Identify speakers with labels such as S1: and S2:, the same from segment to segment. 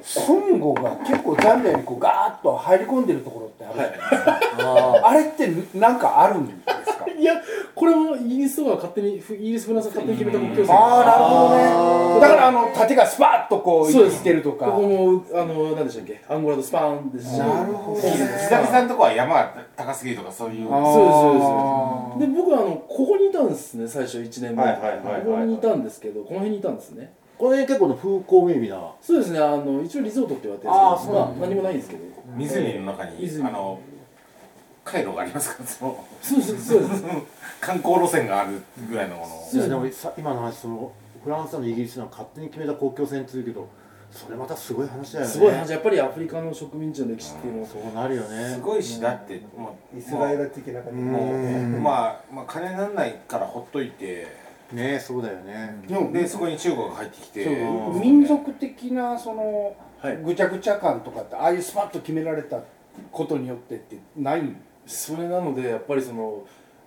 S1: サンゴが結構ジャンルにこうガーッと入り込んでるところってあるじゃないですか、
S2: あ
S1: あれってなんかあるんですか
S3: いや、これもイギリスとかが勝手に、イギリス、フランスが勝手に決めた国境線。
S1: ああなるほどねだからあの盾がスパッとこう
S3: そうで
S1: 生
S3: す
S1: きてるとか
S3: ここも、あの、なんでしたっけ、アンゴラとスパーンですし。
S1: なるほど
S3: そう
S1: ね
S3: で
S4: ギザギザのとこは山が高すぎるとかそういう
S1: あー
S3: す、そうです。で、僕はあの、ここにいたんですね、最初1年前。
S4: はいはいはいはいはい
S3: ここにいたんですけど、この辺にいたんですね。
S2: この辺結構の風光明媚な
S3: そうですね、あの、一応リゾートって言われてる
S2: あ
S3: ん
S2: ー
S3: です
S2: そ
S3: け
S2: う
S3: ど、
S2: なん
S3: まあ、何もないんですけど。
S4: 湖の中に、
S3: 湖
S4: あの回路がありますから その
S3: そうです、そうです。
S4: 観光路線があるぐらいのも
S2: いやでもさ今の話そのフランスなのイギリスなの勝手に決めた国境線っていうけどそれまたすごい話だよね
S3: すごい話、やっぱりアフリカの植民地の歴史っていうのは。
S2: そうなるよ
S4: の
S2: ね
S4: すごいしだってもう
S5: イスラエル的な感じ
S2: うん
S4: もうまあまあ金にならないからほっといて
S2: ねそうだよね、
S4: でそこに中国が入ってきて
S1: そう民族的なその
S3: はい
S1: ぐちゃぐちゃ感とかってああいうスパッと決められたことによってってないん
S3: それなのでやっぱりその、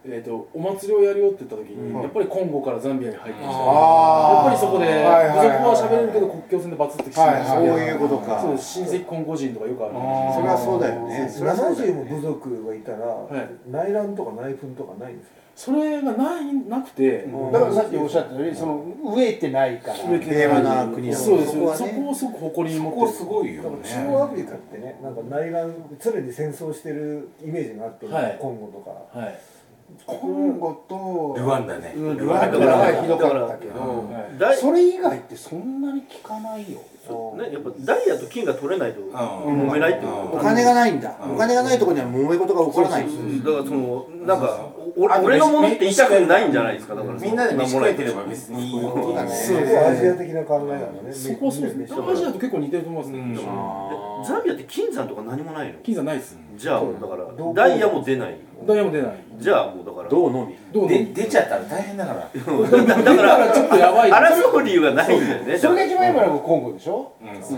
S3: えー、とお祭りをやるよって言った時に、やっぱりコンゴからザンビアに入ってきたりやっ
S1: あ
S3: ぱりそこで、
S1: はいはいはい
S3: そこは喋れるけど国境線でバツってきてしま
S1: はい
S2: そう
S1: はい
S2: いうことか
S3: そうです親戚コンゴ人とかよくある
S1: あー
S2: それはそうだよねそれはそうだ
S5: 70
S2: よ
S5: も
S2: ね
S5: 部族がいたら、
S3: い
S5: 内乱とか内紛とかないんですか
S3: それがないなくて、
S1: だからさっきおっしゃったようにその飢えてないから
S2: 平和な国だもん
S3: そうです
S2: そ
S3: そ
S2: こ
S3: こ,、
S2: はね
S3: をすごく誇りに
S4: そ
S3: 持って
S4: こすごいよ
S5: だから
S4: ね
S5: 中央アフリカってねなんか内乱常に戦争してるイメージがあって、
S3: はい
S5: コンゴとか
S3: はい、
S1: コンゴと
S4: ルワンダね
S1: うんルワンダはひどかったけど
S3: はい
S6: ダイ
S1: それ以外ってそんなに聞かないよ
S6: そうねやっぱダイヤと金が取れないと
S4: ん
S6: 揉めないっていう
S4: うん
S6: こ
S2: お
S6: と
S2: 金がないんだ、お金がないところには揉め事が起こらない
S6: うんだからそのなん
S4: そう
S6: かお
S4: あと
S6: 俺のものって言いたくないんじゃないですかだから
S4: みんなで飯
S6: 守
S4: 食
S6: ら
S4: え
S6: れ
S4: てれば別にいいよ
S2: そうだね
S5: すごいアジア的な考えなのね
S3: そこはそうですね
S5: めっちゃ
S3: アジアと結構似てると思いますね、
S4: うん
S2: あー
S6: ザンビアって金山とか何もないの
S3: 金山ないです、
S6: じゃあ
S5: そう
S6: だから
S5: どう
S6: ダイヤも出ない
S3: ダイヤも出ない
S6: じゃあもうだから
S2: どうのみ
S3: どう
S4: で出ちゃったら大変だから
S6: だだか
S3: だから
S6: ら
S3: ちょっとやばい
S6: 争う理由がないんだよね
S1: それが一番今のがコンゴでしょ
S4: うんそう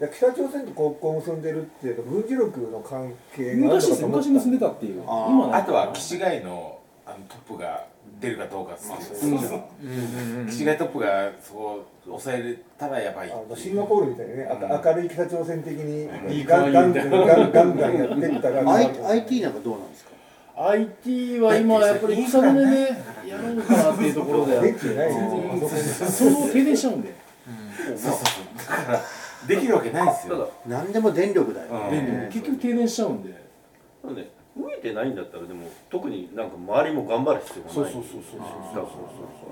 S5: だから北朝鮮と国交を結んでるっていうか軍事力の関係がある
S3: 昔
S5: の
S3: で
S5: か
S3: す
S5: と思
S3: 昔
S5: った
S3: 結んでたっていう
S2: あー
S3: 今
S4: あとは岸貝のあのトップが出るかどうかっつっていう岸貝トップがそこを抑えれたらやばい
S5: あのシンガポールみたいにね、あか明るい北朝鮮的に
S3: うん
S5: ガンガンガンガンガンガンやってったら
S2: I- IT なんかどうなんですか
S3: IT は今やっぱり草の根でやろうかなっていうところで
S5: 電気ないよ
S3: 全
S5: パソコ
S3: 然
S5: ン
S3: その停電しちゃうんで
S4: そうそうそうだからできるわけないです
S6: ただ
S4: よ
S2: 何でも電力だよ
S4: うん
S3: 電
S2: ね
S3: 力結局停電しちゃうんで
S6: なんで飢えてないんだったらでも特になんか周りも頑張る必要がない
S1: そうそうそうそう
S6: だか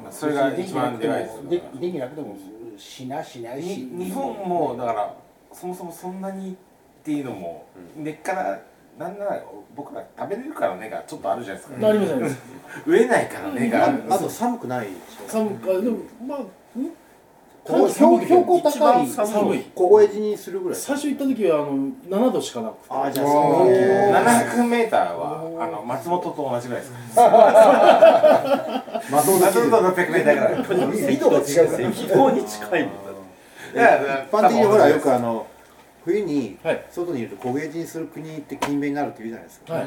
S6: ら
S4: そ
S6: そうそう
S4: れが一番でかいですよ
S1: でできなくてもしなしないし
S4: に日本もだからそもそもそんなにっていうのも根っからなんなら僕ら食べれるからねがちょっとあるじゃないですか
S3: ありますあります
S4: 飢えないからねがある
S2: あと寒くないでしょ
S3: 寒くあでもまあうん
S1: こう標標高
S6: 一
S1: 高い
S6: 番寒い
S2: 凍え死にするぐらい
S3: 最初行った時はあの7度しかなくて
S2: ああじゃあ
S1: お
S2: 寒いね
S4: 700メーターはあの松本と同じぐらいですから
S2: まあそうだ
S4: 松
S2: けど
S4: 本は600メーターぐらい
S6: とにかく
S5: 緯度が違う
S6: 赤道に近いもんだって
S4: いや
S2: 一般的にほらよくあの冬に
S3: はい
S2: 外にいると焦げ死にする国って勤勉になるって言うじゃないですか、
S3: はい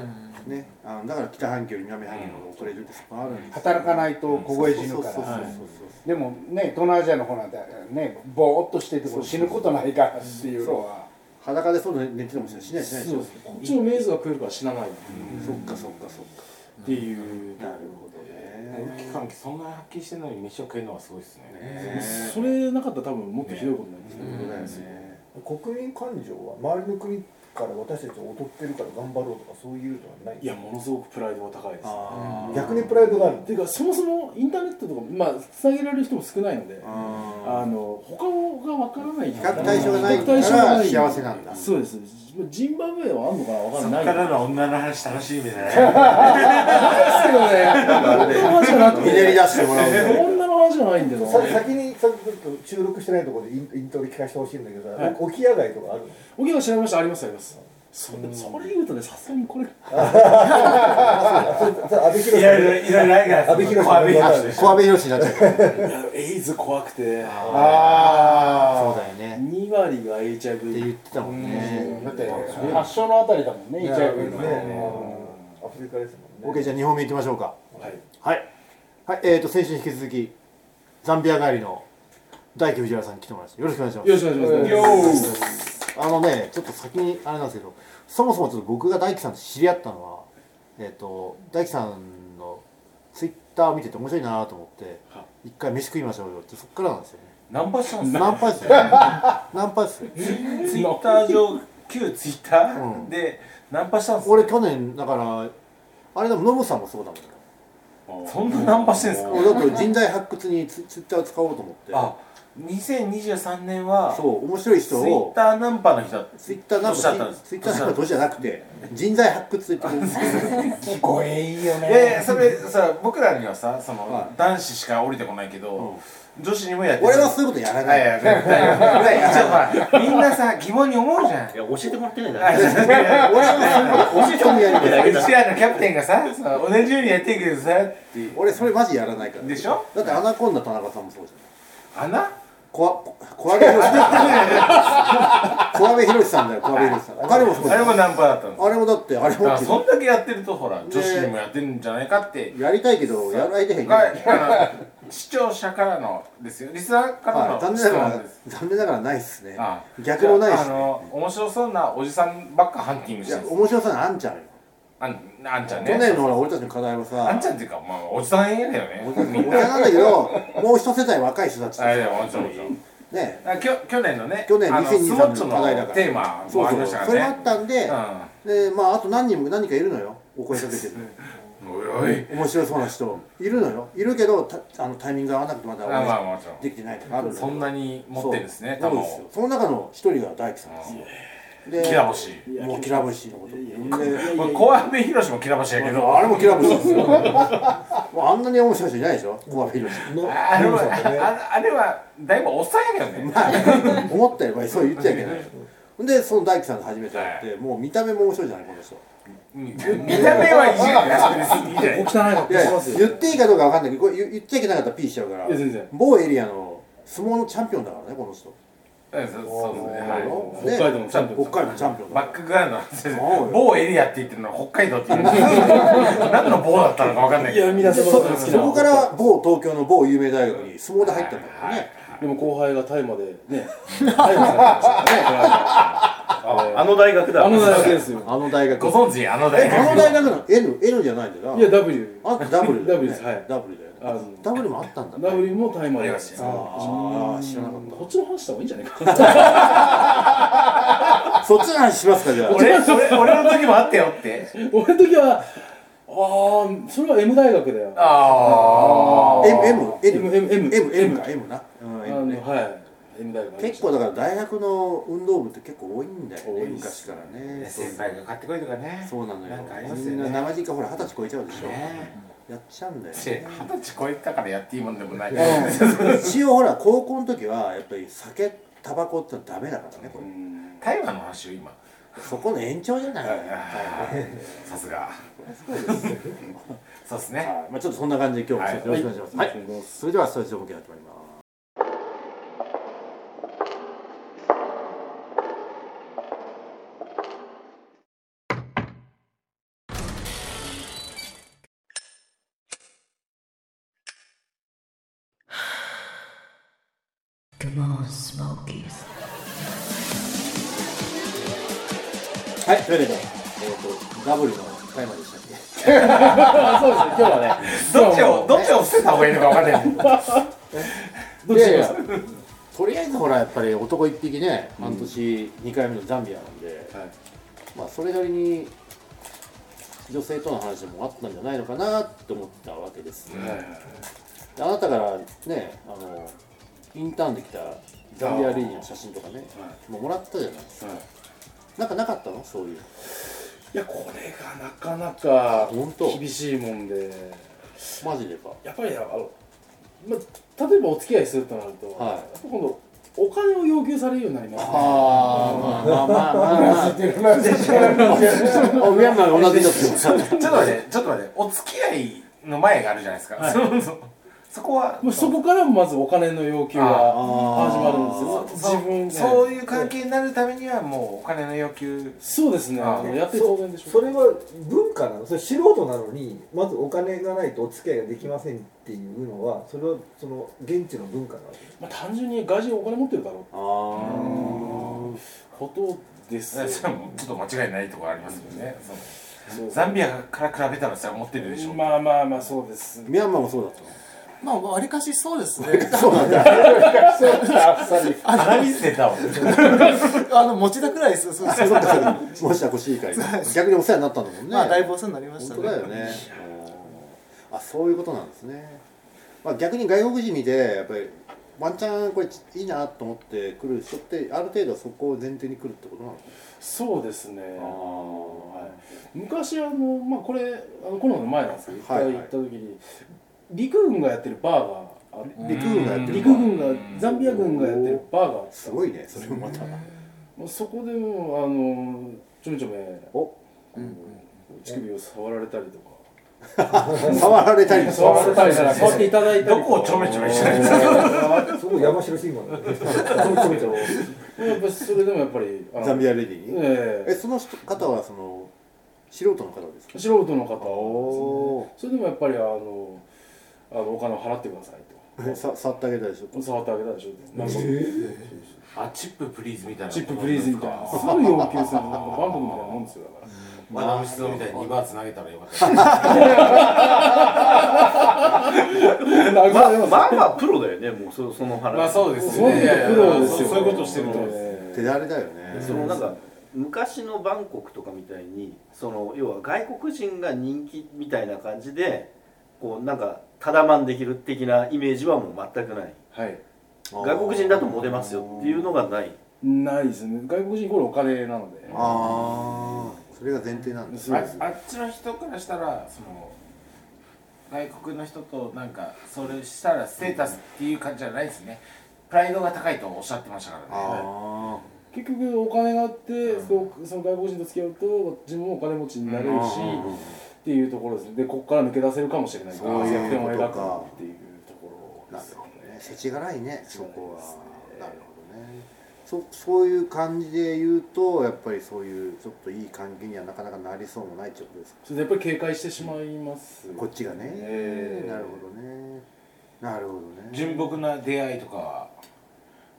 S2: ね、あのだから北半球より南半球の方が恐れるってそこあるんです
S1: 働かないと凍え死ぬか
S2: そうそう
S1: ら
S2: そう
S1: でもね東南アジアの方なんてねぼーっとしてても死ぬことないからっていうのは
S2: 裸で外で寝ててもしないしないしないでし
S3: そう
S2: ょ
S3: ですこっちのメイズが食えるから死なないっ
S2: そっかそっかそって
S3: いう
S2: かなるほどね
S4: 期間そんなに発揮してないのに飯を食えるのはすごいですね
S3: それなかったら多分もっとひどいことになりますね
S2: そうだよね
S5: 国民感情は周りの国から私たちを劣ってるから頑張ろうとかそういうのはない
S3: いやものすごくプライドが高いです
S2: あー
S5: 逆にプライドがある
S3: っていうかそもそもインターネットとかまあつなげられる人も少ないのであ
S2: あ
S3: の他がわからない比
S2: ー比較対象がない
S3: 較
S2: か
S3: 対象が
S2: ら
S3: ない
S2: 幸せなんだ
S3: そうですジンバブエはあんのかなわか
S4: そ
S3: ん
S4: っ
S3: ない
S4: からの女の話楽しみだね
S3: 話じゃなく
S2: ひねり
S3: て
S2: 出してもらうんだよ
S3: 女の話じゃないんだよ
S5: さ先にさちょっと収録してないところでインイントロ聞かせてほしいんだけどさ、
S3: はい
S5: 沖野外とかあるの
S3: おげは知られましたありますありますそそれ言うとねさすがにこれ
S4: いろ
S5: あそれそれ安倍博
S4: いろいろいろないから
S5: 阿部寛さん
S4: 阿部寛でしょ
S2: 小阿部寛になっちゃう
S3: エイズ怖くて
S2: ああそうだよね
S3: 2割が
S2: って言
S3: HIV
S2: ってたもんね
S1: だって発祥のあたりだもんね
S5: ね
S1: HIV の
S5: アフリカですもん
S2: OK
S5: ね
S2: じゃあ2本目いきましょうか
S3: はい
S2: はい、はい、えー、と先週に引き続きザンビア帰りの大輝藤原さんに来てもらいましたよろしくお願いします
S3: よろしくお願いします
S4: よー
S2: あのねちょっと先にあれなんですけどそもそもちょっと僕が大樹さんと知り合ったのは、えっと大樹さんのツイッターを見てて面白いなと思って
S3: は
S2: 一回飯食いましょうよってそっからなんですよね
S4: ナンパしたんです
S2: ナ
S4: か
S2: ンパですよねナンパですよ
S4: ツイッター上旧ツイッタ
S2: うん
S4: ーでナンパしたんですか
S2: 俺去年だからあれでもノムさんもそうだもんね
S4: そんなナンパしてんすか
S2: 俺だから人材発掘にツツイッターを使おうと思って
S4: あ2023年は
S2: そう面白い
S4: ツイ
S2: 人
S4: ッ
S2: を
S4: ターナンパの人だった
S2: ツイッターなん
S4: 年だったん
S2: か
S4: です
S2: ツイッターなんか年じゃなくて人材発掘って言って
S1: 聞こえいいよ
S4: でそれさ僕らにはさその、
S2: は
S4: 男子しか降りてこないけど、女子にもやって
S2: 俺はそういうことやら
S4: いや
S2: ないい
S4: や絶対 やらないみんなさ疑問に思うじゃん
S6: いや教えてもらってないな
S4: あいやいやいや
S2: 俺はそういうこと教えてもらってない
S4: うちらのキャプテンがさその同じようにやってるけどさって
S2: 俺それマジやらないから
S4: でしょ
S2: だってアナコンダ田中さんもそうじゃん
S4: 穴
S2: こわこ小籔宏さん小籔宏さんだよ小籔宏さん彼もそう
S4: あ
S2: だ
S4: れ
S2: よ
S4: もナンパだったんです
S2: あれもだってあれ
S4: だからそ
S2: も
S4: んだけやってるとほら女子にもやってるんじゃないかって
S2: やりたいけどやらないでへんけど
S4: があの視聴者からのですよリスナーから
S2: はい残
S4: の
S2: 念
S4: 質
S2: ながら
S4: 問です
S2: 残念ながらないっすね
S4: あ
S2: 逆もないし
S4: あの面白そうなおじさんばっかハンティング
S2: い
S4: して
S2: や
S4: るんです
S2: 面白さがあんちゃんよ
S4: あんあんちゃんね
S2: 去年のほら俺たちの課題も
S4: あ
S2: さ
S4: んちゃんっていうかまあおじさんやだよねみん
S2: 親
S4: な
S2: なんだけど もう一世代若い人たち
S4: あれだよもちろんもちろん
S2: ね
S4: あきょ去年のね
S2: 去年
S4: あの
S2: 2023
S4: スモッチョ
S2: の課題だか
S4: の
S2: ら
S4: テーマ
S2: そ
S4: も
S2: う
S4: あり
S2: そ
S4: ま
S2: う
S4: した
S2: そ
S4: からね
S2: れもあったんで
S4: うん
S2: でまああと何人も何人かいるのよお声か けてる
S4: おいおい
S2: 面白そうな人いるのよいるけどたあのタイミングが合わなくてまだ
S4: あ
S2: お
S4: まあ
S2: 会
S4: もちろ
S2: いできてないとかある
S4: んそん
S2: な
S4: なに持ってるんですね
S2: そ
S4: 多
S2: う
S4: 分
S2: ですよその中の一人が大樹さんですよで
S4: キラ星
S2: いやもうキラブシのことで
S4: まあ小安部寛もキラ星やけど
S2: あれもキラブシですよもうあんなに面白い人いないでしょ小川宏
S5: の
S4: あれは
S5: ノムさんもね
S4: ああれはだいぶおっさん やけどね
S2: まあ思ったよりそう言ってたけどでその大樹さんと初めて会ってもう見た目も面白いじゃないこの人
S4: うん見た目はいじるやつですいいじゃない
S3: お汚い格
S2: い
S3: 好し
S2: や
S3: ますよ
S2: 言っていいかどうかわかんないけどこれ言言っちゃいけなかったらピーしちゃうから
S3: いや全然
S2: 某エリアの相撲のチャンピオンだからねこの人
S4: うんそうそうですねは
S3: 北海道のチャンピオン
S2: 北海道のチャンピオン
S4: い
S2: だ
S4: バ
S2: か
S4: ックグラウンドなんですよ
S2: そうよ
S4: 某エリアって言ってるのは北海道って言うんですよ何の某だったのかわかんない
S3: い
S4: けど
S3: やみんなそ
S2: ら
S3: の
S2: そ
S3: ことが好き
S2: そ
S3: な
S2: こから某東京の某有名大学に相撲で入ったんだからね
S3: でも後輩が大麻でね 大麻されてましたね
S6: あの大学だ
S3: あの大学ですよ
S2: あの大学
S4: ご
S2: あの
S4: 存知あの大学
S2: 大学の N, N じゃないんだよ
S3: い
S2: な
S3: や W
S2: あんた W だよ
S3: W
S2: ね
S3: ですはい
S2: W だよね
S3: あの
S2: あ W もあったんだね
S3: W も大麻で
S4: ありまし
S2: あ
S4: た
S2: ーあー知らなかっ
S3: こっちの話した方がいいんじゃないかな
S2: たそっちの話しますかじゃあ
S4: 俺俺俺の時もあったよって
S3: 俺の時はああそれは M 大学だよ
S4: ああ
S2: M M
S3: M M
S2: M M か M なうん
S3: あ
S2: M
S3: の
S2: ね
S3: はい M 大学
S2: 結構だから大学の運動部って結構多いんだよ
S3: 多
S2: ね
S3: いっ
S2: 昔
S3: す
S2: からね
S4: 先輩が買ってこいとかね
S2: そうなのよ
S4: なんかありますよ
S2: み
S4: ね
S2: んな生実家ほら二十歳超えちゃうでしょ
S4: ね
S2: やっちゃうんだよ
S4: し
S2: ね
S4: 二十歳超えたからやっていいもんでもない
S2: 一応ほら高校の時はやっぱり酒タバコってのはダメだからねこれ
S4: 大麻の話を今
S2: そこの延長じゃない
S4: さすがそうですね
S2: はいまあちょっとそんな感じで今日もよろしくお願いしますはいそれではストレスの向け始まりますはい、というわけで、えっ、と、ダブルの回までしたっけ。
S3: あそうですね今日はね
S4: どっちをどっちを伏せた方がいいのか分かん ない
S3: どっち が
S2: とりあえずほらやっぱり男一匹ね半年2回目のザンビアなんで、
S3: はい
S2: まあそれなりに女性との話もあったんじゃないのかなって思ったわけです、であなたからねあのインターンで来たザンビアリーニの写真とかねもうもらったじゃないですか、
S3: はい
S2: なんかなかったのそういう
S3: いやこれがなかなか
S2: 本当
S3: 厳しいもんで
S2: マジでか
S3: やっぱりあの、まあ、例えばお付き合いするとなると、
S2: はい
S3: やっぱ今度お金を要求されるようになりますね
S2: あーまあまあまあまあまあ あミャンマーが同じだって
S4: ちょっと待ってちょっと待ってお付き合いの前があるじゃないですか、そうそう そこは
S3: もうそこからまずお金の要求が
S2: あー
S3: 始まるんですよ
S4: そ
S3: 自分
S4: そうそういう
S3: 係
S4: 関係になるためにはもうお金の要求
S3: そうですね
S4: あー
S3: あのやって当然でしょ
S5: そそれは文化なのそれ素人なのにまずお金がないとお付き合いができませんっていうのはそれはその現地の文化なわけ
S3: まあ、単純に外人お金持ってるだろう
S2: あー
S3: ことですよ
S4: それはもうちょっと間違いないところありますよね、その
S3: そう
S4: ザンビアから比べたらそれは持ってるでしょう、
S3: まあまあまあそうです ね
S2: ミャンマーもそうだったの
S7: まあわりかしそうですね
S1: あっさり
S4: 鼻水出たわ
S7: あの持田くらいですそうです
S2: もしやこしい会逆にお世話になったんだもんね
S7: まあだいぶお世話になりまし
S2: 本
S7: た
S2: 当だよねうんあそういうことなんですね、まあ、逆に外国人見てやっぱりワンチャンこれいいなと思って来る人ってある程度そこを前提に来るってことなの
S3: そうですね
S2: あー
S3: はい昔あのまあこれあのコロナの前なんですけど一
S2: はいは
S3: 回
S2: い
S3: 行った時に陸軍がやってるバーがあって
S2: 陸軍がやってる
S3: 陸軍がザンビア軍がやってるバーがあって
S2: すごいねそれもまた
S3: もうそこでもうあのちょめちょめ
S2: お
S3: あの乳首を触られたりとか
S2: 触られたり
S3: 触られたり
S4: そうそうそう
S3: 触っていただいたりと
S4: ど
S3: か
S4: こをちょめちょめしてる
S5: すごい山城シーマンだ ねちょめちょめ
S3: やっぱそれでもやっぱりあの
S2: ザンビアレディに
S3: え
S2: えその人方はその素人の方ですか
S3: え素人の方
S2: お
S3: それでもやっぱりあのあのお金を払ってください
S2: ーさ触ってあげたでしょ
S3: と触ってあげたでしょなんか
S4: あチッププリーズみたいな
S3: チッププリーズみたいな すぐ要求するなんかバンコクみたいなもんですよだから
S4: まだ虫みたいに2バーツ投げたらよかった
S6: まあまあまあプロだよねもうそその話、
S4: まあそうですよ
S3: そう
S4: ねいやいや
S3: 苦労ですよ
S4: そういうことをしてると思います
S3: え
S2: 手だれだよね
S6: そのなんか昔のバンコクとかみたいにその要は外国人が人気みたいな感じでこうなんかただまんできる的なイメージはもう全くない
S3: えはい
S6: 外国人だとモテますよっていうのがない
S3: ないですね外国人イコールお金なので
S2: ああそれが前提なんです
S3: そうです
S4: ああっちの人からしたらその外国の人となんかそれしたらステータスっていう感じじゃないですねプライドが高いとおっしゃってましたからね
S2: あ
S3: 結局お金があってそうその外国人と付き合うと自分もお金持ちになれるしっていうところですねでここから抜け出せるかもしれない
S2: そういうことか
S3: 弱点を描くっていうとこ
S2: あ
S3: ろ
S2: な
S3: で
S2: る
S3: す
S2: ほどね世知辛いねそこは
S3: 辛いで
S2: な
S3: すね
S2: るほどねそそういう感じで言うとやっぱりそういうちょっといい関係にはなかなかなりそうもないってことですか
S3: それでやっぱり警戒してしまいます
S2: こっちがね、
S3: ええ
S2: なるほどねなるほどね
S4: 純朴な出会いとかは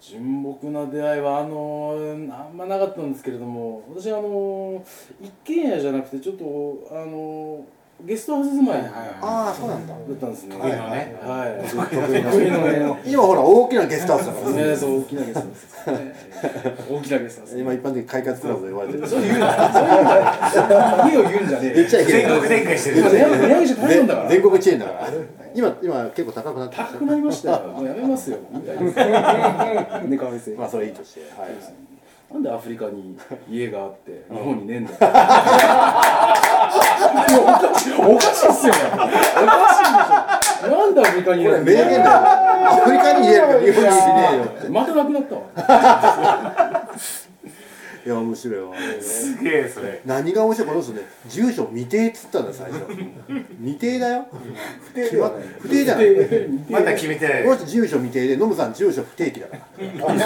S3: 純朴な出会いはあのあんまなかったんですけれども私あの一軒家じゃなくてちょっとあのゲストハウス住まいだっ
S2: ああそうなんだ
S3: たんですね
S4: 得意のね
S3: はい
S2: 得意な
S3: 得意のね
S2: 今ほら大きなゲストハウスだからね
S3: ね、そう大きなゲストです。大きなゲストです。
S2: 今一般的に快活クラブと言われてる
S3: そう言うな。そう言うな。家を言うんじゃねえ
S2: 言っ
S3: よ。
S2: ちゃいけない
S4: 全国展開してる
S3: 今値上げ値上げして大変だか
S2: ぜ
S3: ら。
S2: 全国チェーンだから今今結構高くなってま
S3: 高
S2: す
S3: くなりましたよ。もうやめますよ。みたいな。ネカフェ制
S2: まあそれいいとしてはい
S3: なんでアフリカに家があって日本にねえんだよ。もうおかしいおかしいっすよね。おかしいでしょ。なんでアフリカに家
S2: これ
S3: が
S2: 名言だよアフリカに言えるけど日本にしねえよって
S3: またなくなったわ。
S2: いや面白いわ
S4: すげえそれ
S2: 何が面白いこの人ね住所未定っつったんだよ最初 未定だよ不定決まっ不定じゃない
S4: まだ決めてない
S2: この人住所未定でノムさん住所不定期だから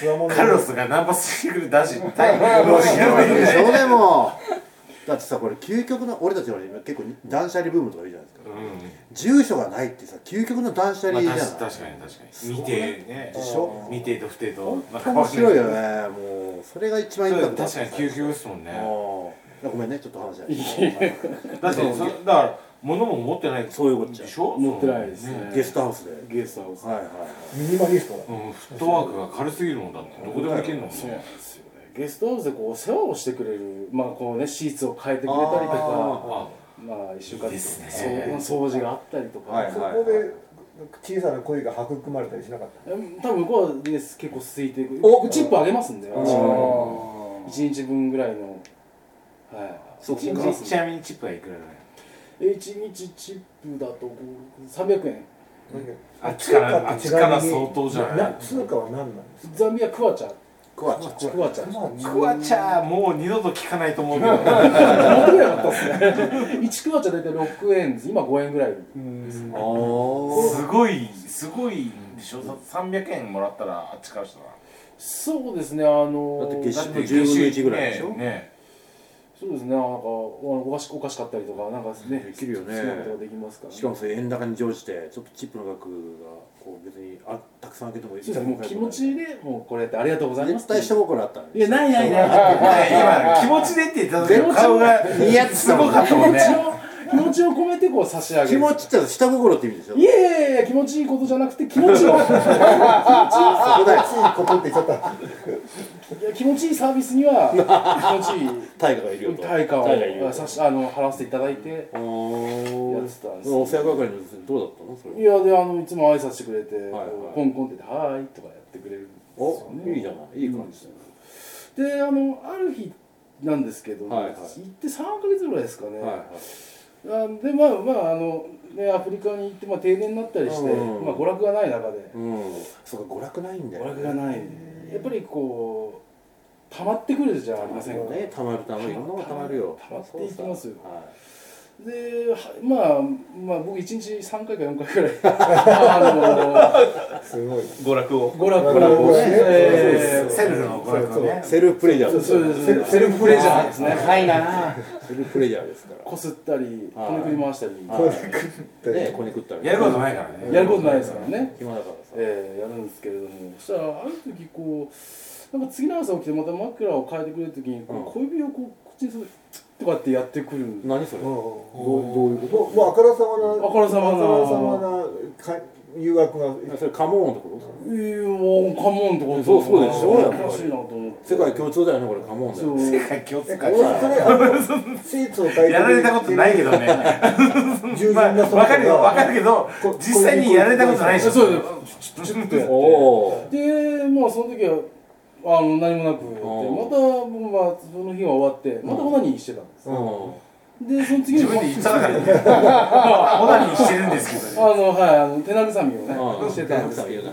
S5: つわもの
S4: カルロスがナンパしてくる男子大変申し訳ない
S2: でしょでもだってさこれ究極の俺たちは今結構断捨離ブームとかいいじゃないですか住所がないってさ究極の断捨
S4: うんま
S2: 離
S4: あ
S2: じゃない、
S4: 確か確かに確かに未定ね
S2: でしょ
S4: 未定と不定となん
S2: 面白いよ
S4: ね
S2: ねもうそれが一番イン
S4: 確
S2: パ
S4: かに
S2: クトあった
S4: 究極ですもんね
S2: あーごめんねちょっと話し
S4: だってそだから物も持ってない
S2: そういうことじゃん
S4: でしょ
S3: 持ってないですね。
S2: ゲストハウスではい
S3: ゲストハウス。
S2: はいはい
S5: ミニマリストだ
S4: うん、フットワークが軽すぎるもんだってどこでも行けるのもん
S3: そうなん
S4: ね
S3: ですよねゲストハウスでこう世話をしてくれるまあこうねシーツを変えてくれたりとか
S4: あ
S3: まあ一週間
S4: いいですね
S3: そう掃除があったりとか、
S2: はい
S5: そこで小さな恋が育まれたりしなかった
S3: うん多分向こうは、ね、結構空いてく
S2: お
S3: チップあげますんで
S1: あ
S3: 私は一日分ぐらいのはい
S2: そっか
S4: ち
S3: 一
S4: ち
S3: 日
S4: なみにチップはいくらだね
S3: 一日チップだと300円
S4: あっちからあっちから
S5: ちなみに
S4: 相当じゃない
S5: な通貨は何なんですか
S3: ザンビアクワチャ
S2: クワちゃん
S3: クワチャ
S5: まあ
S4: クワチャーもう二度と聞かないと思う けど
S3: 6円だったっすね1クワチャ大体6円です今5円ぐらい
S2: あー
S4: すごいすごいんでしょさ300円もらったらあっちからしたら
S3: そうですねあの
S2: だって月
S4: だ
S2: 収
S4: って
S2: 10分の1ぐらいでしょ
S4: ねね
S3: そうですねなんかおおかしおかしかったりとかなんかね
S2: できるよね
S3: 好きなことができますから、ね、
S2: しかもそれ円高に乗じてちょっとチップの額がこう別にあたくさん開けてもいい
S3: そうですねもう気持ちでもうこれやってありがとうございます
S2: 絶対下心あった
S3: いやないないない
S4: 今気持ちでって言った時の顔が
S2: いやす
S4: すごかったもんね
S3: 気持ちを込めてこう差し上げる
S2: 気持ちって下心って意味でしょ
S3: いやいやいや気持ちいいことじゃなくて気持ちを
S5: 気持ちいいことって言っちゃった
S3: いや気持ちいいサービスには気持ちいい
S2: 対価がいるよと
S3: 対価
S2: 対がいるよ
S3: を
S2: と
S3: さしあの払わせていただいて
S2: お
S3: や
S2: お
S3: ってたんです
S2: お世話係の女性どうだったのそ
S3: い
S2: れ
S3: やであのいつも挨拶してくれて、
S2: はい
S3: こうコンコンって言って「はーい」とかやってくれるんですよ
S2: お
S3: ね
S2: いいじゃないいい感じ
S3: であのある日なんですけど、
S2: はいはい
S3: 行って3か月ぐらいですかね、
S2: はいはい
S3: あでまあまああの、ね、アフリカに行って、まあ、停電になったりして、
S2: うん
S3: まあ、娯楽がない中で、
S2: うんそうか娯楽ないんだよ
S3: 娯楽がないやっぱりこう溜まってくるじゃありませんか、
S2: ねたまるたまるいろんなものたまるよ
S3: たまっていきますよ
S2: は
S3: ではまあまあ僕1日3回か4回ぐ らいあ
S5: すごい
S6: 娯楽を
S3: の娯楽
S5: 娯楽をね
S3: えー
S4: セルフの娯楽をね
S2: いセルフプレジャーです
S3: そうですそうですセルフプレジャーですね
S4: 高いな
S2: セルフプレジャーですから
S3: こすったり
S2: はい
S3: こねくり回したり、
S2: はいねこねくったり
S4: やることないからね
S3: やることないですからね、
S2: 暇だからさ
S3: えーやるんですけれどもそしたらある時こうなんか次の朝起きてまた枕を変えてくれる時に、こう小指をこう口にするとかってやってくる
S2: 何それ
S5: どうどういうこともうあからさまな
S3: あからさまな
S5: あからさまなか誘惑が
S2: それカモーンってこ
S3: え
S2: と
S3: ー、もうカモンってこと
S2: そうそうでしょやっぱり
S3: おかしいなと思って
S2: 世界共通だよねこれカモーンだ
S3: そ
S2: よ
S3: う
S4: 世界共通化
S5: えそれあのシーツを変えて
S4: やられたことないけど ね
S5: 従順
S4: まあ
S5: な
S4: わかるよわかるけど
S5: こ
S4: 実際にやられたことないでしょ
S3: そうですちょっとやって
S2: おお
S3: でまあその時はあの何もなくやって
S2: お
S3: また僕はその日は終わってまたオナニーしてたんです
S2: う
S3: でその次
S4: 自
S3: の日
S4: 分で言ったからねオナニーしてるんですけ
S3: あ
S4: どね
S3: のはいあの手慰みを
S2: ん
S3: ねしてたんです
S2: さん言うな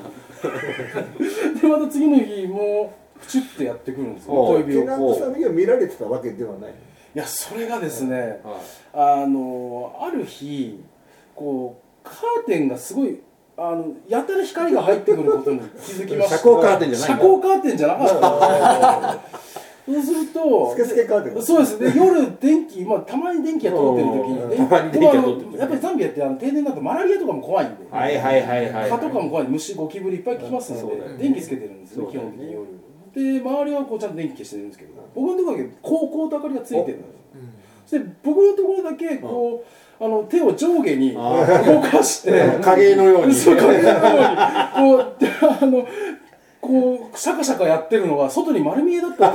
S3: でまた次の日もうプチッとやってくるんですよ
S2: おう
S3: 小指
S5: 手
S3: をい
S5: なくさみが見られてたわけではない
S3: やそれがですね
S2: はい
S3: あのある日こうカーテンがすごいあのやたら光が入ってくることに気づきました
S2: 遮 光カーテンじゃない
S3: 遮光カーテンじゃなかったんです よそうすると
S5: スケスケカーテンが
S3: そうですね夜電気、まあ、たまに電気が通ってる時
S2: う
S3: に
S2: ん
S3: ね
S2: たまに電気が通ってる
S3: で
S2: 時
S3: もあのやっぱりザンビアってあの停電だとマラリアとかも怖いんで、
S2: はいはいはいはい
S3: 蚊とかも怖い虫ゴキブリいっぱい来ます
S2: そ
S3: の
S2: う
S3: で、
S2: だよね
S3: 電気つけてるんですよ、
S2: そう
S3: 基
S2: だよ
S3: 本
S2: ね
S3: 的に夜で周りはこうちゃんと電気消してるんですけど僕のところだけ高校と明かりがついてるんですよそして僕のところだけこう、あの手を上下に
S2: あ
S3: 動か して
S2: 影絵のように
S3: そう影のようにこうであのこうシャカシャカやってるのが外に丸見えだったっ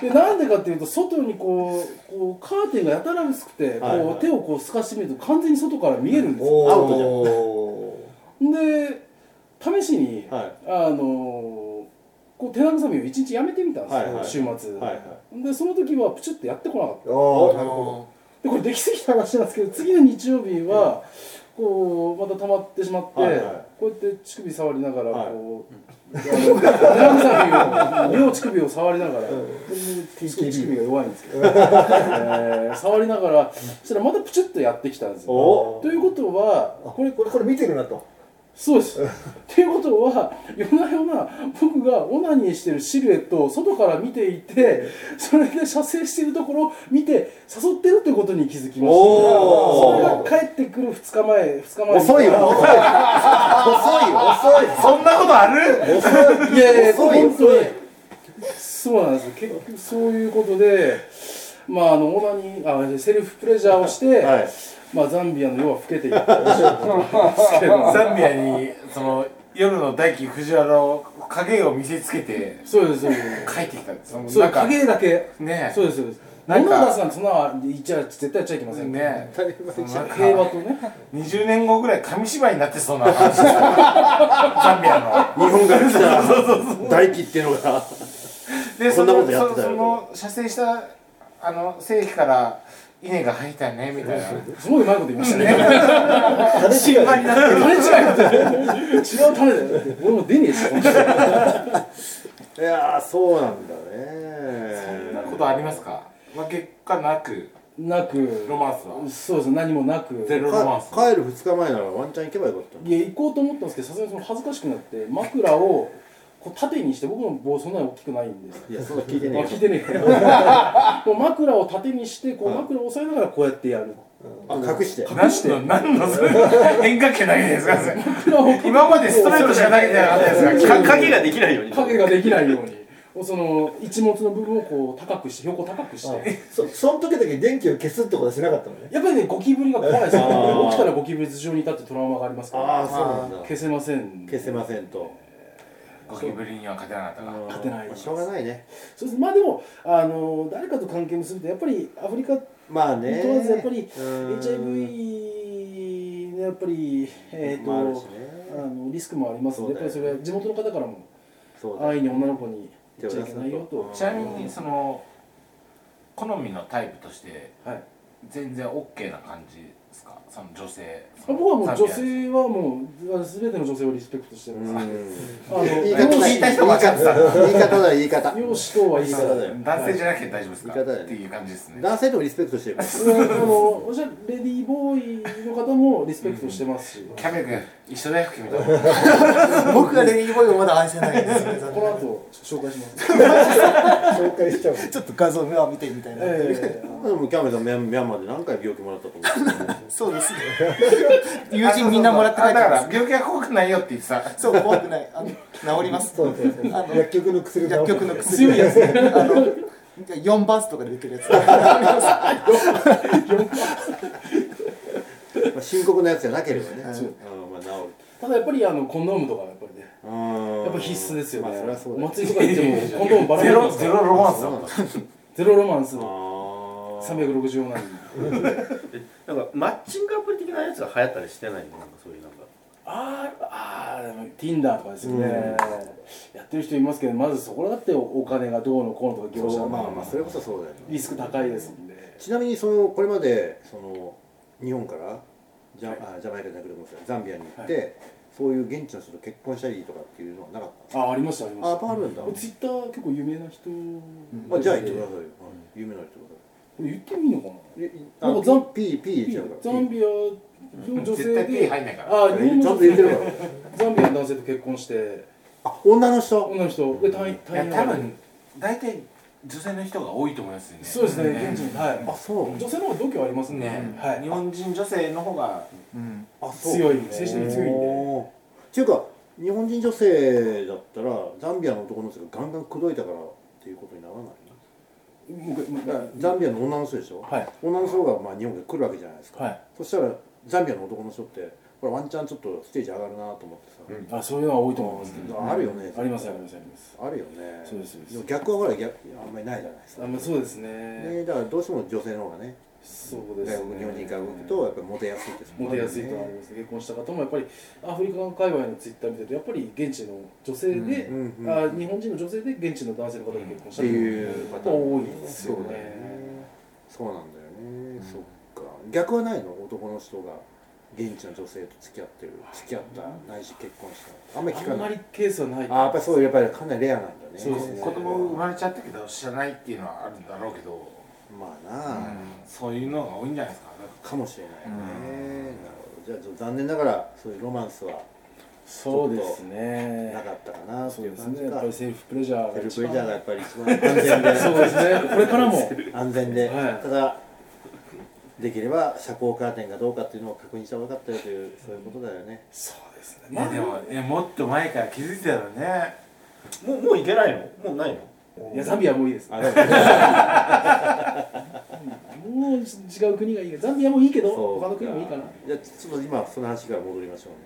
S3: ていうでなんでかっていうと外にこうこうカーテンがやたら薄くてこう、
S2: はいはい
S3: 手をこう透かしてみると完全に外から見えるんですよ、
S5: おー
S2: アウトじゃ
S3: で試しに、
S2: はい
S3: あのこう手慰みを一日やめてみたんですよ、
S2: はいはい
S3: 週末、
S2: はいは
S3: でその時はプチュッとやってこなかった
S5: ああなるほ
S3: でこれできすぎた話なんですけど次の日曜日はこうまた溜まってしまって、
S2: はいはい
S3: こうやって乳首触りながら
S2: はい
S3: こう、あの手慰めを両乳首を触りながら、乳首が弱いんですけど、えー触りながらそしたらまたプチュッとやってきたんですよ。
S2: お
S3: ということは
S5: どあこれこれこれ見てるなと
S3: そうです。っていうことは夜な夜な僕がオナニーしてるシルエットを外から見ていてそれで射精してるところを見て誘ってるってことに気づきま
S2: お
S3: し
S2: ー
S3: たそれが帰ってくる2日前2日前
S2: 遅いよ遅い
S5: 遅い
S4: そんなことある
S3: いやいや
S2: 遅い
S3: 本当にそうなんですよ結局そういうことでまああのオナニーあセルフプレジャーをして、
S2: はい
S3: まあザンビアの夜は更けていった んですけど
S4: ザンビアにその夜の大輝藤原を影を見せつけて
S3: そうですそうです
S4: 帰ってきたんですその
S3: そ
S4: な
S3: うん
S4: かね
S3: 影だけ
S4: え
S3: そうですそうです。
S4: なん
S3: 物
S4: か
S3: を出すなんてそんなの言っちゃ絶対やっちゃいけません。
S4: ねえそのなんか
S3: 平和とね。
S4: 20年後ぐらい紙芝居になってそうな話 ザンビア
S2: 日本から来た大輝っていうのが
S4: ので
S2: こんなことやってた
S4: その
S2: よ
S4: その射精したあの精液から稲が生えたねみたいな
S3: すごいうまいこと言いましたね。
S4: 心配になってる
S3: 種違い違う種だよ。俺も出ねえし。
S2: いやーそうなんだね
S4: そんなことありますか、まあ、結果なく
S3: なく。
S4: ロマンスは
S3: そうです何もなく。
S4: ゼロロマンス
S2: か帰る2日前ならワンチャン行けばよかったのに
S3: いや行こうと思ったんですけどさすがにその恥ずかしくなって枕をこう縦にして僕の棒そんなに大きくないんです
S2: いやそんな聞いて
S3: あ
S2: ね
S3: 聞い
S2: え
S3: てね えかもう枕を縦にしてこう
S2: はい
S3: 枕を押さえながらこうやってやる
S2: よあ隠して
S3: 隠して
S4: 何の何のそれ変化球投げてるんですかそれ
S3: 枕を
S4: 今までストレートしか投げてなかったですが
S6: か影ができないように
S3: 影ができないように その一物の部分をこう高くして横高くして
S5: そその時だけ電気を消すってことはしなかったのね
S3: やっぱりねゴキブリが怖いです
S2: あ
S3: よ
S2: ー
S3: 起きたらゴキブリ頭上に立ってトラウマがありますから
S2: ああそうなんだ
S3: 消せません
S2: 消せませんと
S4: ゴキブリには勝てなかったか
S3: 勝てない
S2: しょうがないね
S3: そうですまあでもあの誰かと関係結ぶとやっぱりアフリカ問
S2: まあね
S3: わずやっぱり
S2: うん
S3: HIV のやっぱりえっ、と、
S2: まああ
S3: あ
S2: るしね
S3: のリスクもありますので、やっぱりそ
S2: そう
S3: れ
S2: だよ
S3: は地元の方からも
S2: そうだ
S3: 安易に女の子に言っちゃいけないよ
S2: 手を
S3: と
S2: 出
S4: らちなみにその好みのタイプとして
S3: はい、
S4: 全然 OK な感じですかその女性
S3: 僕はもう女性はもう全ての女性をリスペクトしてるんです
S2: うん
S3: あの
S2: 言い方
S3: 容
S2: だよ
S3: 姿
S2: 言い方言い方だよ言い方
S3: 容姿等は言い方だよ
S4: 男性じゃなくて大丈夫ですか
S2: 言い方だよね
S4: っていう感じですね
S2: 男性でもリスペクトしてる
S3: うんあのおしゃれレディーボーイの方もリスペクトしてますし、
S4: キャメル君一緒だよ君とは
S7: 僕がレディーボーイをまだ愛せないんですよね残
S3: こ
S7: 念な
S3: の
S7: が
S3: 後紹介します
S5: 紹介 しちゃう
S7: らちょっと画像を見てみたいな、
S3: ええ
S2: でもキャメルさんミャンミャンマーで何回病気もらったと思 う
S7: そうですね友人みんなもらって帰って
S4: だ
S7: ま
S4: から病気は怖くないよって言ってた
S7: すそう怖くないあの治ります
S5: そうそうそう
S7: あの
S5: 薬局の薬
S7: 薬局の薬
S3: 強いやつ
S7: ねあの4バースとかで売ってるやつ
S2: まあ深刻なやつじゃなければね、
S7: そう
S2: うんまあ、治る
S3: ただやっぱりあのコンドームとかやっぱりね
S2: うん
S3: やっぱ必須ですよね、
S2: まあ、それはそうだ
S3: お
S2: よ
S3: 祭りとか行ってもコンドームバラ
S4: ゼ
S3: バラ
S4: ロ ゼロロマンスだもん
S3: ゼロロマンスの
S2: あー
S3: 364なんで
S6: なんかマッチングアプリ的なやつが流行ったりしてないのなんかそういうなんか
S3: あーあーでも Tinder とかですよね、やってる人いますけどまずそこだってお金がどうのこうのとか業者
S2: そう
S3: の
S2: まあまあそれこそそうだよね
S3: リスク高いですんで
S2: ちなみにそのこれまでその日本からジャ,、あジャマイカじゃなくてもザンビアに行って、そういう現地の人と結婚したりとかっていうのはなかった
S3: あありましたありま
S2: あや
S3: し
S2: っぱあるんだ、
S3: たツイッター結構有名な人、
S2: あ、じゃあ行ってくださいよ、有名な人
S3: これ言ってもいいのかな
S2: だ
S3: なんかザン
S2: ピーピー言っちゃうから
S3: ザンビアの女性
S4: 絶対 P
S3: で
S4: 入んないから
S3: あ
S2: ピ
S3: ー
S2: ー
S3: 日本
S2: ちゃ
S3: の
S2: んと言ってるから
S3: ザンビアの男性と結婚して
S2: あ女の人
S3: 女の人で大
S4: いや
S3: 大
S4: 多分大体女性の人が多いと思いますよね
S3: そうですね現地にはい
S2: あそう
S3: 女性の方が度胸ありますね
S4: ね、
S3: は
S4: 日
S3: い
S4: 本人女性の方が
S7: うん
S2: あ
S3: 強い精神的に強いんで
S2: おーっていうか日本人女性だったらザンビアの男の人がガンガン口説いたからっていうことにならない
S3: もう一回もう一回
S2: ザンビアの女の人でしょ、
S3: はい
S2: 女の人がまあ日本で来るわけじゃないですか、
S3: はい
S2: そしたらザンビアの男の人ってこれワンチャンちょっとステージ上がるなと思ってさ、
S3: あそういうのは多いと思いますけど
S2: あるよね
S3: ありますありますあります
S2: あるよね
S3: そうですそうです
S2: も逆はほら逆あんまりないじゃないです
S3: あ
S2: か、
S3: まあそうですね
S2: ね、だからどうしても女性の方がね
S3: そう
S2: 外
S3: です
S2: 国
S3: ね
S2: 日本人から動くとやっぱりモテやすいですもん
S3: モテやすいとはあります結婚した方もやっぱりアフリカン界隈のツイッター見てるとやっぱり現地の女性で、
S2: うんうんうん
S3: あ日本人の女性で現地の男性の方が結婚し
S2: ったていうパターン
S3: 多いですよね
S2: そうだよねそうなんだよね、そっか逆はないの男の人が現地の女性と付き合ってる付き合ったないし結婚したあんまり聞
S3: あ
S2: か
S3: んま
S2: ない
S3: りケースはない
S2: あやっぱりそういうやっぱりかなりレアなんだね
S3: そうですね
S4: 子供生まれちゃったけど知らないっていうのはあるんだろうけど、
S2: まあなあ、
S4: そういうのが多いんじゃないですか
S2: かもしれないね、なるほどじゃあ残念ながらそういうロマンスは
S3: そうですね
S2: なかったかなって
S3: そう
S2: いう
S3: です
S2: 感じ
S3: ねやっ
S2: か
S3: ぱりセルフプレジャーが
S2: ヘル
S3: 一
S2: プレ
S3: 番
S2: ジャーがやっぱり 一番安全で
S3: そうですねこれからも
S2: 安全で、
S3: はい
S2: ただできれば遮光カーテンがどうかっていうのを確認した方が良かったよというそういうことだよね
S3: そうですね
S4: ね、でもねもっと前から気づいてたよね
S6: もうもういけないのもうないの
S3: いやザンビアもいいです
S2: あでも
S3: もう違う国がいいけどザンビアもいいけど
S2: そう
S3: 他の国もいいかな
S2: じゃあちょっと今その話から戻りましょうね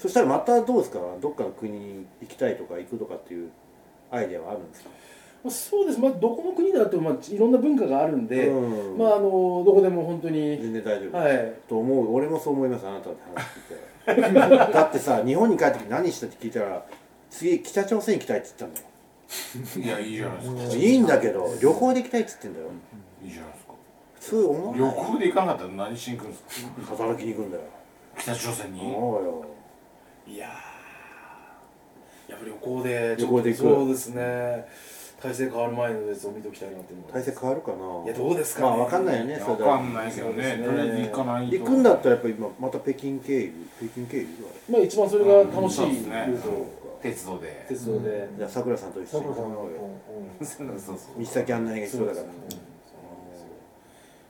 S2: そしたらまたどうですかどっかの国に行きたいとか行くとかっていうアイデアはあるんですか
S3: まあそうですまあどこの国だとまあいろんな文化があるんで
S2: うん
S3: まああのどこでも本当に
S2: 全然大丈夫、
S3: はい
S2: と思う俺もそう思いますあなたの話聞 いてだってさ日本に帰ってきて何したって聞いたら次北朝鮮行きたいって言ったんだ
S4: いやいいじゃないですか
S2: よいいんだけど旅行で行きたいって言ってんだよ
S4: いいじゃないですか
S2: 普通思わ
S4: 旅
S2: ない
S4: 行で行かなかったら何しに行くんですか
S2: 働きに行くんだよ
S4: 北朝鮮に
S2: そうよ
S3: いやーやっぱり旅行で
S2: 旅行で行く
S3: ちょっとそうですね体制変わる前のやつを見ておきたいなって思いま
S2: 体
S3: す
S2: 制変わるかない
S3: やどうですか
S2: まあわかんないよねそ
S4: わ
S2: れ
S4: かんないけど
S3: そうで
S4: ね
S3: すね
S4: とりあえず行かないと
S2: 行くんだったらやっぱり今また北京経由北京経由
S3: まあ一番それが楽しい
S4: うんそ
S3: ル
S4: うで
S3: ー
S4: すね
S3: ト
S2: そうか
S4: 鉄道で
S3: 鉄道で、
S2: じゃあさくらさんと一緒に
S5: 桜さんの、
S4: そうそうそう
S2: 三崎案内が必要だから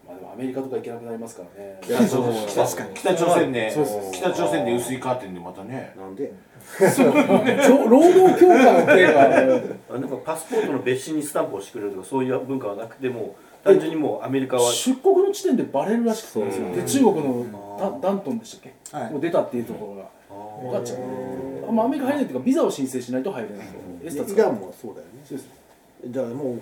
S3: まあでもアメリカとか行けなくなりますからね
S2: いやそう思う
S7: 確かに
S4: 北朝鮮で
S3: そうそうそう
S4: 北朝鮮で薄いカーテンでまたね
S2: なんで
S3: そう 労働強化の手 が
S6: あなんかパスポートの別紙にスタンプをしてくれるとかそういう文化はなくてもう単純にもうアメリカは
S3: 出国の地点でバレるらしくてで
S2: そう
S3: 中国のダダントンでしたっけ、
S7: はい
S3: もう出たっていうところが分かっちゃうあんまアメリカ入れないっていうかビザを申請しないと入れないエスタ
S2: イ
S3: 使
S2: ラ
S3: う
S2: ンもそうだよね
S3: そうです
S2: じゃあもう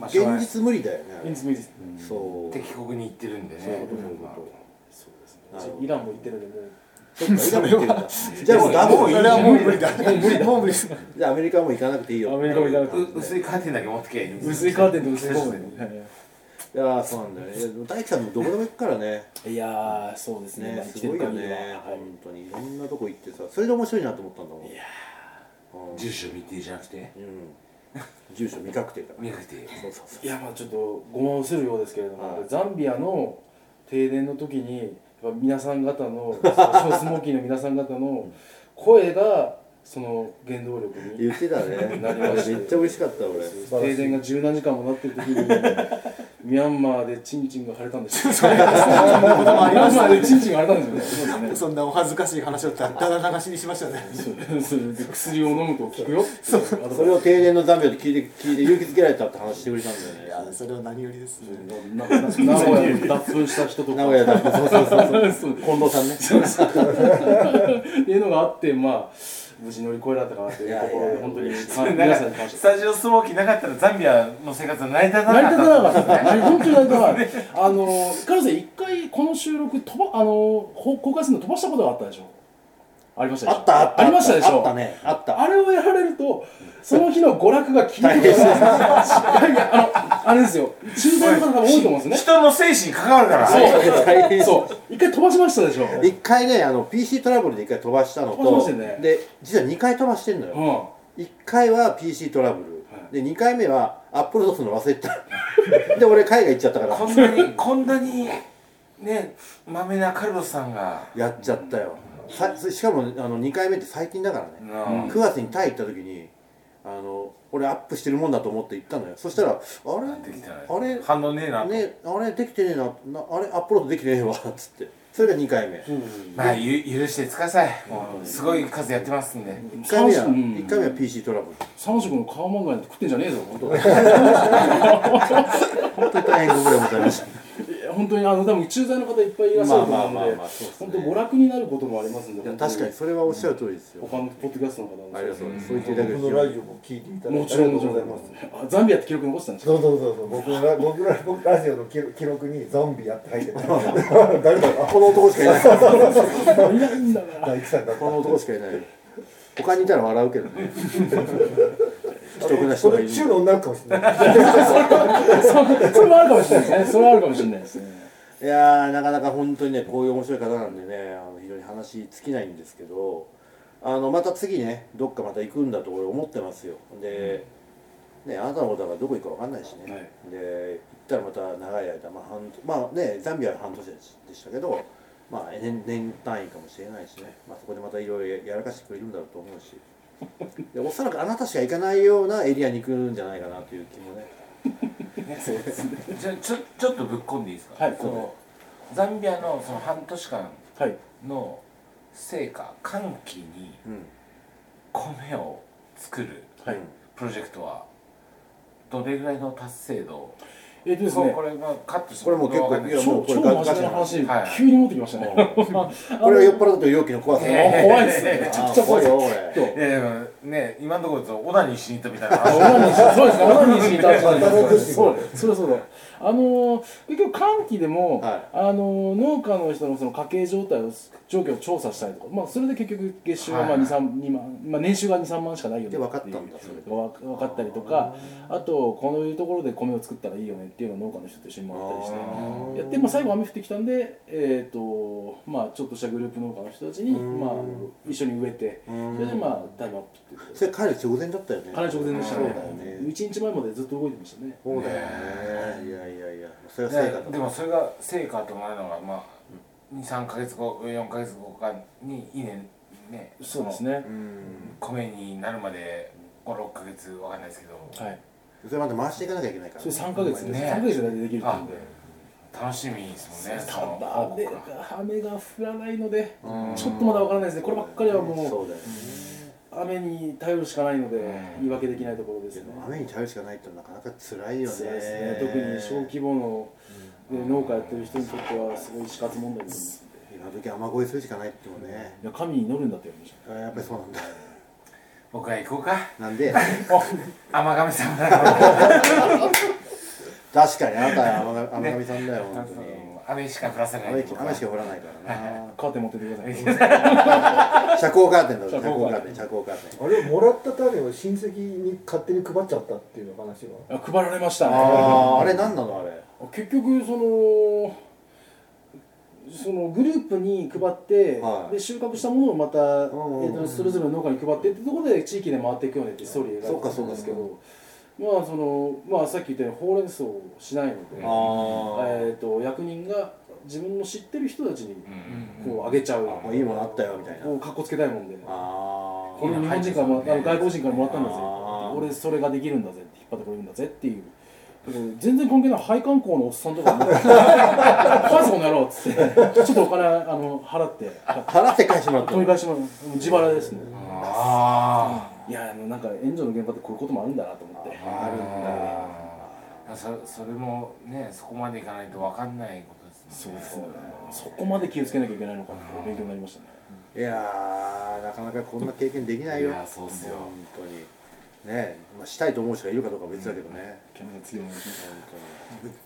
S4: まあしょうが
S2: 現
S4: ない
S2: 実無理だよねあ
S3: エン
S2: れ
S3: ズミです
S2: そう
S4: 敵国に行ってるんでね
S2: そういうことそういう
S4: まあ
S3: そうで
S2: こな
S3: すね
S2: るほど
S3: イランも行ってるんでもう
S2: とそっかイランも行ってるんだじゃあもうダ
S7: もうそ
S2: ブル
S7: れはもう無理だもう無理だもう無理です
S2: じゃあアメリカはもう行かなくていいよ
S3: アメリカも行かなくて
S4: う薄いカーテンだけ持ってけばいいんですよ
S3: 薄いカーテンと薄い方面
S2: いやーそうなんだよねいやでも大樹さんもどこでも行くからね
S3: いやーそうですねまあ
S2: ね
S3: 生き
S2: す
S3: て
S2: ご
S3: る
S2: いよ
S3: 限りは
S2: ね
S3: はい
S2: 本当にいろんなとこ行ってさそれで面白いなと思ったんだも
S3: い
S2: ん
S3: や
S2: うん
S4: 住所未定じゃなくて
S2: うん住所未確定だから
S4: 見なくて
S2: そうそうそう
S3: いやまあちょっとごまをするようですけれども、
S2: はい
S3: ザンビアの停電の時にやっぱ皆さん方のその小スモーキーの皆さん方の声がその原動力に
S2: 言ってたね
S3: なりまして
S2: めっちゃ嬉しかった俺
S3: 停電が十何時間もなってる時 にミャンマーでチンチンが腫れたん ですよミャンマーでチンチンが腫れたんですよね
S7: そんなお恥ずかしい話をだだだ流しにしましたね
S3: そうですねで薬を飲むと効くよっていうアドバイス
S2: それを停電の残秒で聞いて聞いて勇気づけられたって話してくれたんだよね
S7: いやそれは何よりですね
S3: な名古屋に脱粉した人とか
S2: 名古屋だそうそうそうそう
S3: そう
S2: 近藤さんね
S3: っていうのがあって、まあ、無事乗り越えられたかなというところで、本当に、はい
S4: なん
S3: 皆さんに
S4: か
S3: 感謝
S4: ス。タジオスモーキーなかったらザンビアの生活は成り立たな
S3: 成り
S4: かった
S3: 立たなかったですね。本当に成り立たなかった。あの、カルさん、一回この収録、飛ば、あの、ほ公開するの飛ばしたことがあったでしょ ありましたでし
S2: あ
S3: ょ
S2: ったあった
S3: ありましたでしょ
S2: あったねあった
S3: あれをやられると、その日の娯楽が消えてくる。いやいや、あの、あれですよ。中大の方が多いと思うんですね。
S4: 人の精神に関わるから
S2: 大変
S3: そう。一回飛ばしましたでしょ。
S2: 一回ねあの PC トラブルで一回飛ばしたの
S3: 飛ばし
S2: と
S3: ましたよね
S2: で実は二回飛ばしてんの
S3: う
S2: よ
S3: ん。
S2: 1回は PC トラブル、で2回目はアップロードするの忘れてた で俺海外行っちゃったから
S4: こんなにこんなにねまめなカルロスさんが
S2: やっちゃったよさしかもあの2回目って最近だからね、
S4: な
S2: 9月にタイ行った時にあの俺アップしてるもんだと思って行ったのよそしたらあ
S4: あできてない
S2: れあれ
S4: 反応ねえなと
S2: ね、あれできてねえななあれアップロードできてねえわっつってそれが2回目
S4: まあゆ許してくださいもうすごい数やってますんで
S2: 1回目は、
S3: 三色
S2: 一回目は PC トラブル
S3: 三色の顔漫画なんて食ってんじゃねえぞ、本当
S2: 本当に大変ご苦労ございました
S3: いや本当にあの多分駐在の方いっぱいいらっしゃると思う
S2: まあまあまあ
S3: の
S2: まあ
S3: で
S2: そうですね
S3: 本当娯楽になることもありますんで
S2: いや
S3: 本当
S2: 確かにそれはおっしゃる通りですよ
S3: 他のポッドキャストの方も
S2: ありがとうございますそう言っていただける
S5: 僕のラジオも聞いていただいて
S3: もちろん
S5: あり
S3: も
S5: が
S3: ちろ
S5: とうございます
S3: んあザンビアって記録残してたんですか
S5: そうそうそうそう僕のラ僕ら僕ラジオの記録記録にゾンビやって入ってた誰だろうあ
S2: この男しかいない
S3: いないんだから
S5: 大吉さんだった
S2: この男しかいない他にいたら笑うけど ね既得な人
S5: そ
S2: がい
S5: れ
S2: る
S5: 中の女の子かもしれない
S3: そうそれもあるか もしれないですねそれはあるかもしれないですね
S2: いやーなかなか本当にねこういう面白い方なんでねあの非常に話尽きないんですけどあのまた次ねどっかまた行くんだと俺思ってますよで、ね、あなたのことだからどこ行くかわかんないしね、
S3: はい
S2: で行ったらまた長い間まあ半まあねザンビアは半年でしたけどまあ年年単位かもしれないしね、まあ、そこでまたいろいろやらかしてくれるんだろうと思うしでおそらくあなたしか行かないようなエリアに行くんじゃないかなという気もね
S4: じゃあちょちょっとぶっこんでいいですか
S3: はい
S4: そのザンビアのその半年間
S3: はい
S4: の成果歓喜に
S2: うん
S4: 米を作る
S3: はい
S4: プロジェクトはどれぐらいの達成度
S3: えっとです
S4: そう
S3: ね
S4: これまあカットして
S2: これもう結構
S4: わかんない
S2: いやもう
S3: 超
S2: これ
S3: 超真面目な話
S4: はい
S3: 急に持ってきましたね
S2: これは酔っ払うと容器の怖さ
S3: あ怖いですねめちゃ
S2: あ
S3: くちゃ怖いです
S2: よ俺
S3: ちょっと
S4: いやいやね今のところちょっとオナニーしに行ったみたいな
S3: あオナニーし そうですねオナニーしに行ったんです
S5: 働くし
S3: そうだそうだそうだあのー結局寒気でも、
S2: はい
S3: あのー農家の人のその家計状態を状況を調査したりとか、まあ、それで結局月収はまあ
S4: はい
S3: 2 3 2万、まあ、年収が23万しかないよね
S2: で分かったんだ
S3: ていうわ分かったりとかあとこういうところで米を作ったらいいよねっていうのを農家の人と一緒に回ったりしてやって、まあ、最後雨降ってきたんで、えーとまあ、ちょっとしたグループ農家の人たちに、まあ、一緒に植えてそれでまあタイムアップっていうことで
S2: それ帰る直前だったよね
S3: かなり直前でした
S2: そう
S3: ね
S2: だよね
S3: 1日前までずっと動いてましたね
S2: そうだよねいやいやいやそれは成果だ
S4: ででもそれが成果となるのがまあ23か月後4か月後かに稲ね
S3: そうです
S4: ね
S3: ね
S4: 米になるまで56か月わかんないですけど、
S3: はい
S2: それまで回していかなきゃいけないから
S3: それ
S2: ね
S3: 3ヶ月です
S4: ね
S3: 3ヶ月で大体できるって言うんで
S4: 楽しみですもんねそ
S3: た
S4: の
S3: だ
S4: 報
S3: 雨
S4: 告
S3: が
S4: が
S3: 雨が降らないので
S2: うん
S3: ちょっとまだわからないですねこればっかりはもう
S2: そうだよね
S3: 雨に頼るしかないので
S4: ん
S3: 言い訳できないところです
S2: で
S3: ね
S2: も雨に頼るしかないってのはなかなか辛いよね
S3: そうですね特に小規模のね農家やってる人にとってはすごい死活問題です
S2: 今時雨乞いするしかないってもね、
S3: いや神に祈るんだって言われまし
S2: あやっぱりそうなんだ
S4: 僕は行こうか
S2: なんで
S4: 天神様だから
S2: 確かにあなたは雨雨神さんだよ、本当に
S4: 雨しか降らせない
S2: 雨雨しか降らないから
S3: たカーテン持っててください
S2: な遮光カーテンだぞ遮
S3: 遮光
S2: 光
S3: カ
S2: カー
S3: ー
S2: テ
S3: テ
S2: ン遮光カーテン
S5: あれもらった種を親戚に勝手に配っちゃったっていう話は
S3: あ 配られましたね
S2: あああれ何なのあれ
S3: 結局そのそのグループに配って、
S2: はい
S3: で収穫したものをまた、
S2: んうん
S3: えー、とそれぞれの農家に配ってってところで地域で回っていくよねってストーリーが
S2: そうか
S3: あ
S2: そ
S3: る
S2: うんか
S3: ですけどまあそのまあさっき言ったようにほうれん草をしないので、
S2: あ
S3: えー、と役人が自分の知ってる人たちに
S4: うん
S3: こうあげちゃう、
S2: あもういいものあったよみたいな
S3: こうかっこつけたいもんで
S2: ああ
S3: これ日本人からもあの外国人からもらったんだぜ
S2: あー
S3: 俺それができるんだぜって引っ張ってこれるんだぜっていう全然関係ない配管工のおっさんとかも 「返すこの野郎」っつってちょっとお金あの払って
S2: 払って返してもらった
S3: 取り返してもらう自腹ですね
S4: あ
S3: いやあのなんか援助の現場ってこういうこともあるんだなと思って
S4: ああるんだそそれもねそこまでいかないとわかんないことです
S3: そ
S4: も
S3: うんで
S4: ね
S3: すねそこまで気をつけなきゃいけないのかって勉強になりましたね
S2: いやーなかなかこんな経験できないよ
S4: いやそうっすよ
S2: も本当にねえ、まあ、したいと思う人がいるかどうかは別だけどね、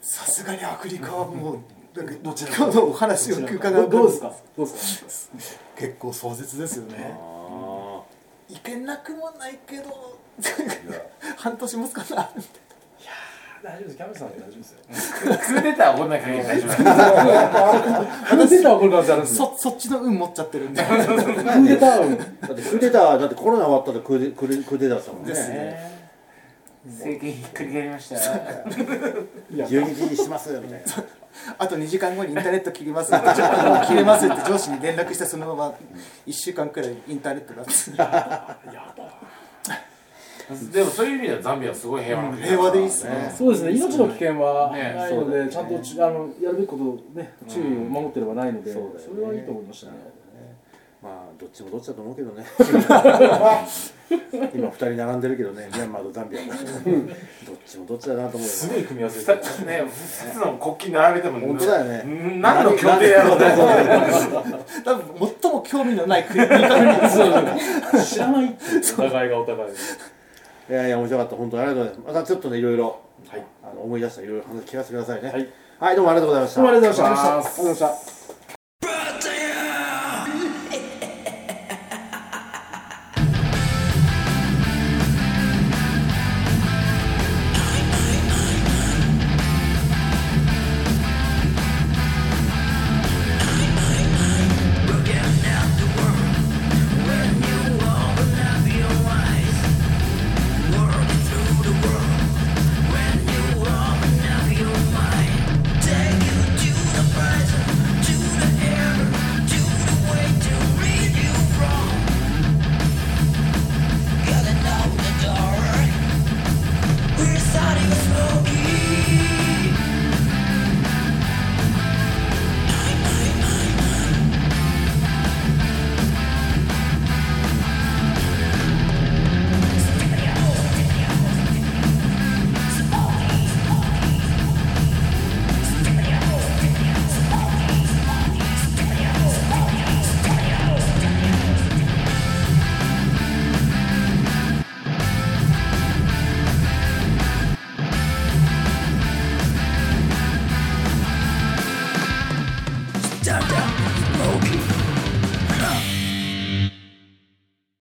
S7: さすがにアフリカはもうなんかどちらかのお話を伺う
S3: ど
S7: 限り
S3: どうですかどうですか
S7: 結構壮絶ですよね
S2: あ
S7: いけなくもないけど 半年もつかな
S3: 大丈夫ですキャメルさんは大丈夫ですよ
S4: クーデター起こんない限り大丈夫です
S3: クーデター起こる可能性あるんですよ
S7: そそっちの運持っちゃってるんで
S3: クーデター
S2: あだってクーデターだってコロナ終わったらクーデクーデクーデターだったもんね
S7: ですね
S4: 政権ひっくり返りました よ
S3: いや
S2: 銃撃しますみたいな
S7: あと2時間後にインターネット切りますってちょっともう切れますって上司に連絡してそのまま1週間くらいインターネットが
S4: でもそういう意味ではザンビアはすごい平和な国だ
S7: 平和でいい っすね
S3: そうですね、命の危険は
S4: ね
S3: ないので、ちゃんとちあのやるべきことをね、注意を守ってればないので、
S2: そうだよね
S3: それはいいと思いましたね。
S2: まあどっちもどっちだと思う けどね今2人並んでるけどねミャンマーとザンビアがどっちもどっちだなと思うよ
S3: ごい組み合わせ
S4: 二つね、二つの国旗並べても
S2: 本当だよね
S4: ん何の協定やろうね
S7: 多分最も興味のない国に行かれる
S3: 知らないっていうお互いがお互い。
S2: いやいや面白かった本当にありがとうございますまたちょっとねいろいろ、あの思い出したらいろいろ話聞かせてくださいね
S3: はい
S2: はい、どうもありがとうございまし
S3: ど
S2: た
S3: うもありがとうございました
S2: ありがとうございました